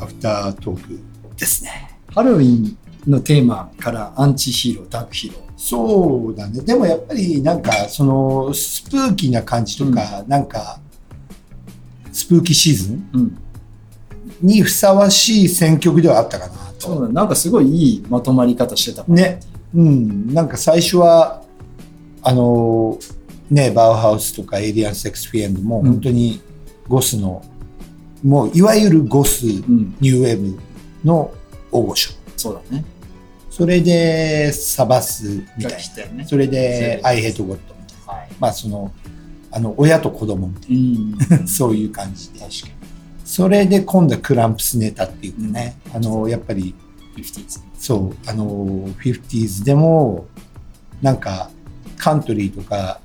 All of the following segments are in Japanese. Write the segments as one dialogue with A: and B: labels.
A: アフタートーク
B: ですね。
C: ハロウィンのテーマからアンチヒーロー、ダークヒーロー。
A: そうだねでもやっぱりなんかそのスプーキーな感じとか、なんかスプーキーシーズン
C: うん、
A: にふさわしい選曲ではあったかな
C: そう
A: と
C: だねなんかすごいいいまとまり方してた。
A: ねうんなんか最初はあのねバウハウスとかエイリアン・セックス・フィエンドも
C: うん
A: 本当にゴスの、もういわゆるゴスニ
C: うん、
A: ューウェーブの大御所
C: そうだね。
A: それでサバスみたい
C: たよね
A: な。それで
C: そう
A: アイヘッドゴッドみたいな
C: はい。
A: まあそのあの親と子供みたいな
C: うん。
A: そういう感じでそれで今度はクランプスネタっていうかね、あのやっぱり
C: フィフティーズ。
A: そう、あの、50s でも、なんか、カントリーとか、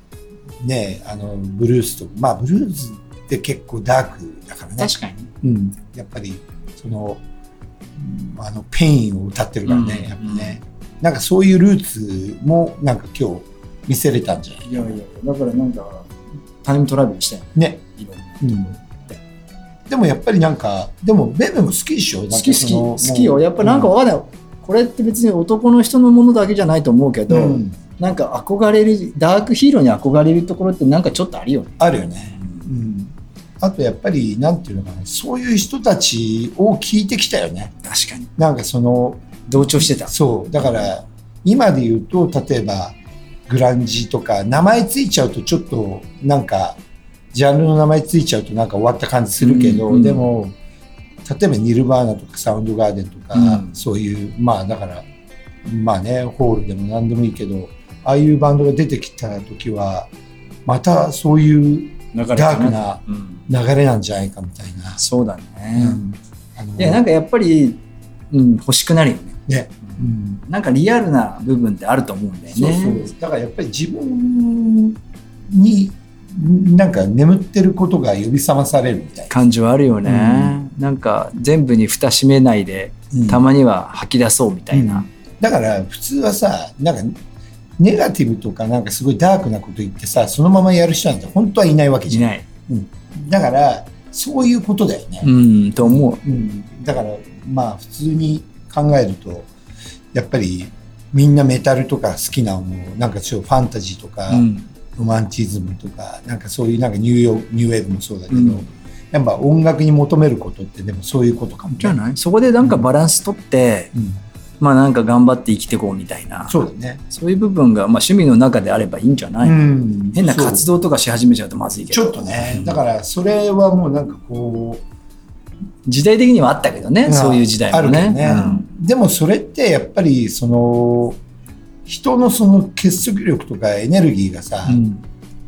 A: ね、あの、ブルースとか、まあ、ブルースって結構ダークだからね。
C: 確かに。
A: うん。やっぱり、その、うんあの、ペインを歌ってるからね、
C: うん
A: やっぱね。なんかそういうルーツも、なんか今日、見せれたんじゃない
C: いやいやいや、だからなんか、タイムトラベルしたよね。
A: ね。
C: いろんな
A: うん。でもやっぱりなんか、でも、ベベも好きでしょなんか
C: 好き
A: その
C: 好き好きよ
A: もう
C: やっぱなんかわかんない、これって別に男の人のものだけじゃないと思うけど、
A: うん、
C: なんか憧れるダークヒーローに憧れるところってなんかちょっとあるよね
A: あるよね。うん、あとやっぱりなんていうのかなそういう人たちを聞いてきたよね
C: 確かに
A: なんかその
C: 同調してた
A: そうだから今で言うと例えばグランジとか名前ついちゃうとちょっとなんかジャンルの名前ついちゃうとなんか終わった感じするけど、
C: うんうん
A: でも例えばニルバーナとかサウンドガーデンとか、
C: うん
A: そういうまあだからまあねホールでも何でもいいけどああいうバンドが出てきた時はまたそういう
C: だか
A: ダークな
C: うん、
A: 流れなんじゃないかみたいな。
C: そうだね、
A: あの
C: いやなんかやっぱり、うん、欲しくなるよね
A: ね、うん
C: なんかリアルな部分ってあると思うんだよね
A: そうそうだからやっぱり自分になんか眠ってることが呼び覚まされるみたいな、
C: 感情あるよね、なんか全部に蓋閉めないで、たまには吐き出そうみたいな、
A: だから普通はさなんかネガティブとかなんかすごいダークなこと言ってさそのままやる人なんて本当はいないわけ
C: い
A: じゃん
C: ない
A: だからそういうことだよね、
C: うんと思
A: う
C: う
A: ん、だからまあ普通に考えるとやっぱりみんなメタルとか好きなもうなんかちょっとファンタジーとか、
C: うん
A: ロマンチズムとかなんかそういうなんかニューヨーニューウェーブもそうだけど、
C: うん
A: やっぱ音楽に求めることってでもそういうことかもね
C: じゃないそこでなんかバランス取って、
A: うん、
C: まあなんか頑張って生きてこうみたいな
A: そうだね、
C: そういう部分が、まあ、趣味の中であればいいんじゃない、
A: うん
C: 変な
A: そう
C: 活動とかし始めちゃうとまずいけ
A: ち
C: ど
A: ょっとねだからそれはもうなんかこう
C: 時代的にはあったけどね、
A: うん
C: そういう時代
A: あ
C: も
A: るけ
C: ね
A: どね、
C: うん
A: でもそれってやっぱりその人のその結束力とかエネルギーがさ、
C: うん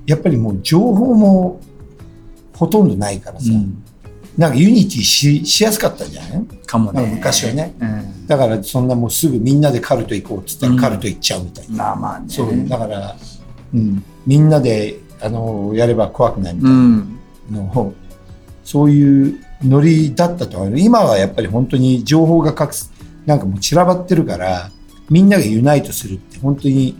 A: やっぱりもう情報もほとんどないからさ、
C: うん
A: なんかユニティししやすかったんじゃない
C: かも
A: なん
C: ね
A: か昔はね、
C: うん
A: だからそんなもうすぐみんなでカルト行こうっつったらカルト行っちゃうみたいな、
C: まあまあね
A: そうだから、うん、みんなであのやれば怖くないみた
C: う
A: い
C: ん
A: なのを、そういうノリだったと思う今はやっぱり本当に情報が隠すなんかもう散らばってるからみんながユナイトするって本当に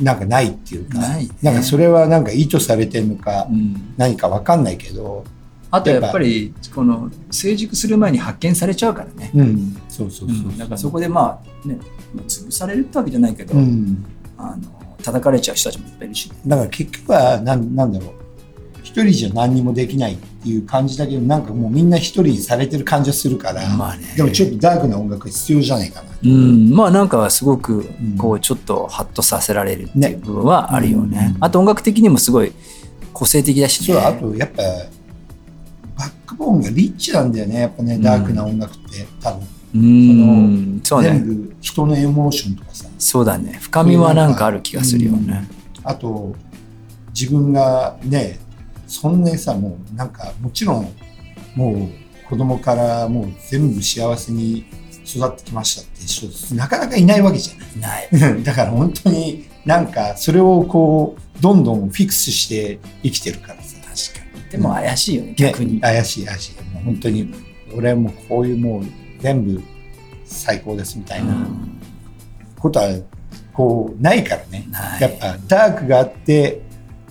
A: なんかないっていうか
C: ないね
A: んかそれはなんか意図されてるのか、
C: うん
A: 何かわかんないけど、
C: あとやっぱりこの成熟する前に発見されちゃうからね、
A: うん、そうそう
C: う
A: そうう、
C: んだからそこでまあねまあ潰されるってわけじゃないけど、
A: うん、
C: あの叩かれちゃう人たちもいっぱいいるしね、
A: だから結局はなんなんだろう一人じゃ何にもできないっていう感じだけどなんかもうみんな一人にされてる感じがするから、
C: まあね
A: でもちょっとダークな音楽が必要じゃないかな、
C: うん、まあなんかすごく
A: ん
C: こうちょっとハッとさせられるっていう部分はあるよね
A: ね
C: あと音楽的にもすごい個性的だし
A: そ
C: ね
A: うあとやっぱバックボーンがリッチなんだよねやっぱねダークな音楽って多分、
C: うんそうね
A: 全部人のエモーションとかさ
C: そうだね深みはなんかある気がするよね、
A: あと自分がねそんなにさもうなんかもちろんもう子供からもう全部幸せに育ってきましたって人なかなかいないわけじゃない
C: ない
A: だから本当になんかそれをこうどんどんフィクスして生きてるからさ
C: 確かにでも怪しいよね、逆に、
A: ね怪しい怪しいもう本当に俺はもうこういうもう全部最高ですみたいな
C: うん
A: ことはこうないからね
C: ない
A: やっぱダークがあって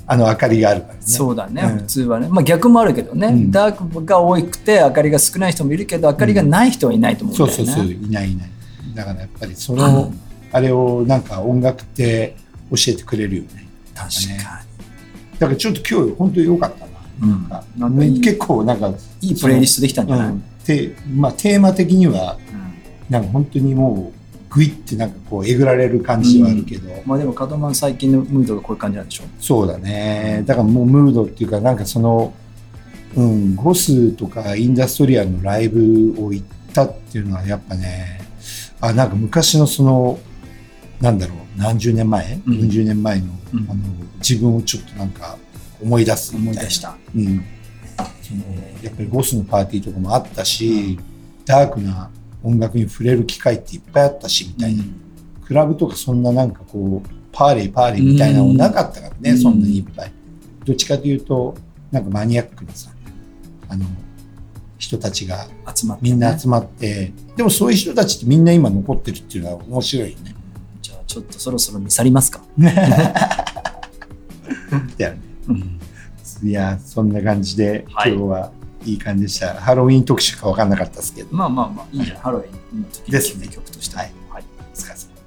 A: あの明かりがあるからね。
C: そうだね、
A: うん
C: 普通はね、まあ、逆もあるけどね、
A: うん
C: ダークが多くて明かりが少ない人もいるけど明かりがない人はいないと思うんだ
A: そ
C: よ
A: う
C: ね。
A: そうそう、いないいない。だからやっぱりその、あれをなんか音楽って教えてくれるよね。
C: 確か
A: だからちょっと今日本当に良かったな。
C: に、うん、
A: なんか
C: なんかいい
A: 結構なんか、
C: いいプレイリストできたんじ
A: う
C: ゃない、
A: ん、てまあテーマ的には
C: うん
A: なんか本当にもうグイってなんかこうえぐられる感じはあるけど、
C: まあでもカドマン最近のムードがこういう感じなんでしょ
A: そうだねだからもうムードっていうかなんかその、うん、ゴスとかインダストリアルのライブを行ったっていうのはやっぱねあなんか昔のそのなんだろう何十年前、
C: うん
A: 40年前の,、
C: うん
A: あの自分をちょっとなんか思い出すみた
C: 思
A: い
C: い
A: な
C: 出した。
A: うん、そのやっぱりゴスのパーティーとかもあったし、ダークな音楽に触れる機会っていっぱいあったしみたいな、クラブとかそんななんかこうパーレーパーレーみたいなのなかったからね、
C: うん
A: そんなにいっぱいどっちかというとなんかマニアックなさあの人たちが
C: 集まって、
A: みんな集まって、でもそういう人たちってみんな今残ってるっていうのは面白いよね。
C: じゃあちょっとそろそろ見去りますか。
A: だよね
C: うん、
A: いやそんな感じで今
C: はい
A: 日はいい感じでした、ハロウィン特集か分かんなかったですけど。
C: まあまあまあいいじゃん、ハロウィンの時に
A: ですね
C: 聴く曲として
A: はい
C: はい
A: お疲れ様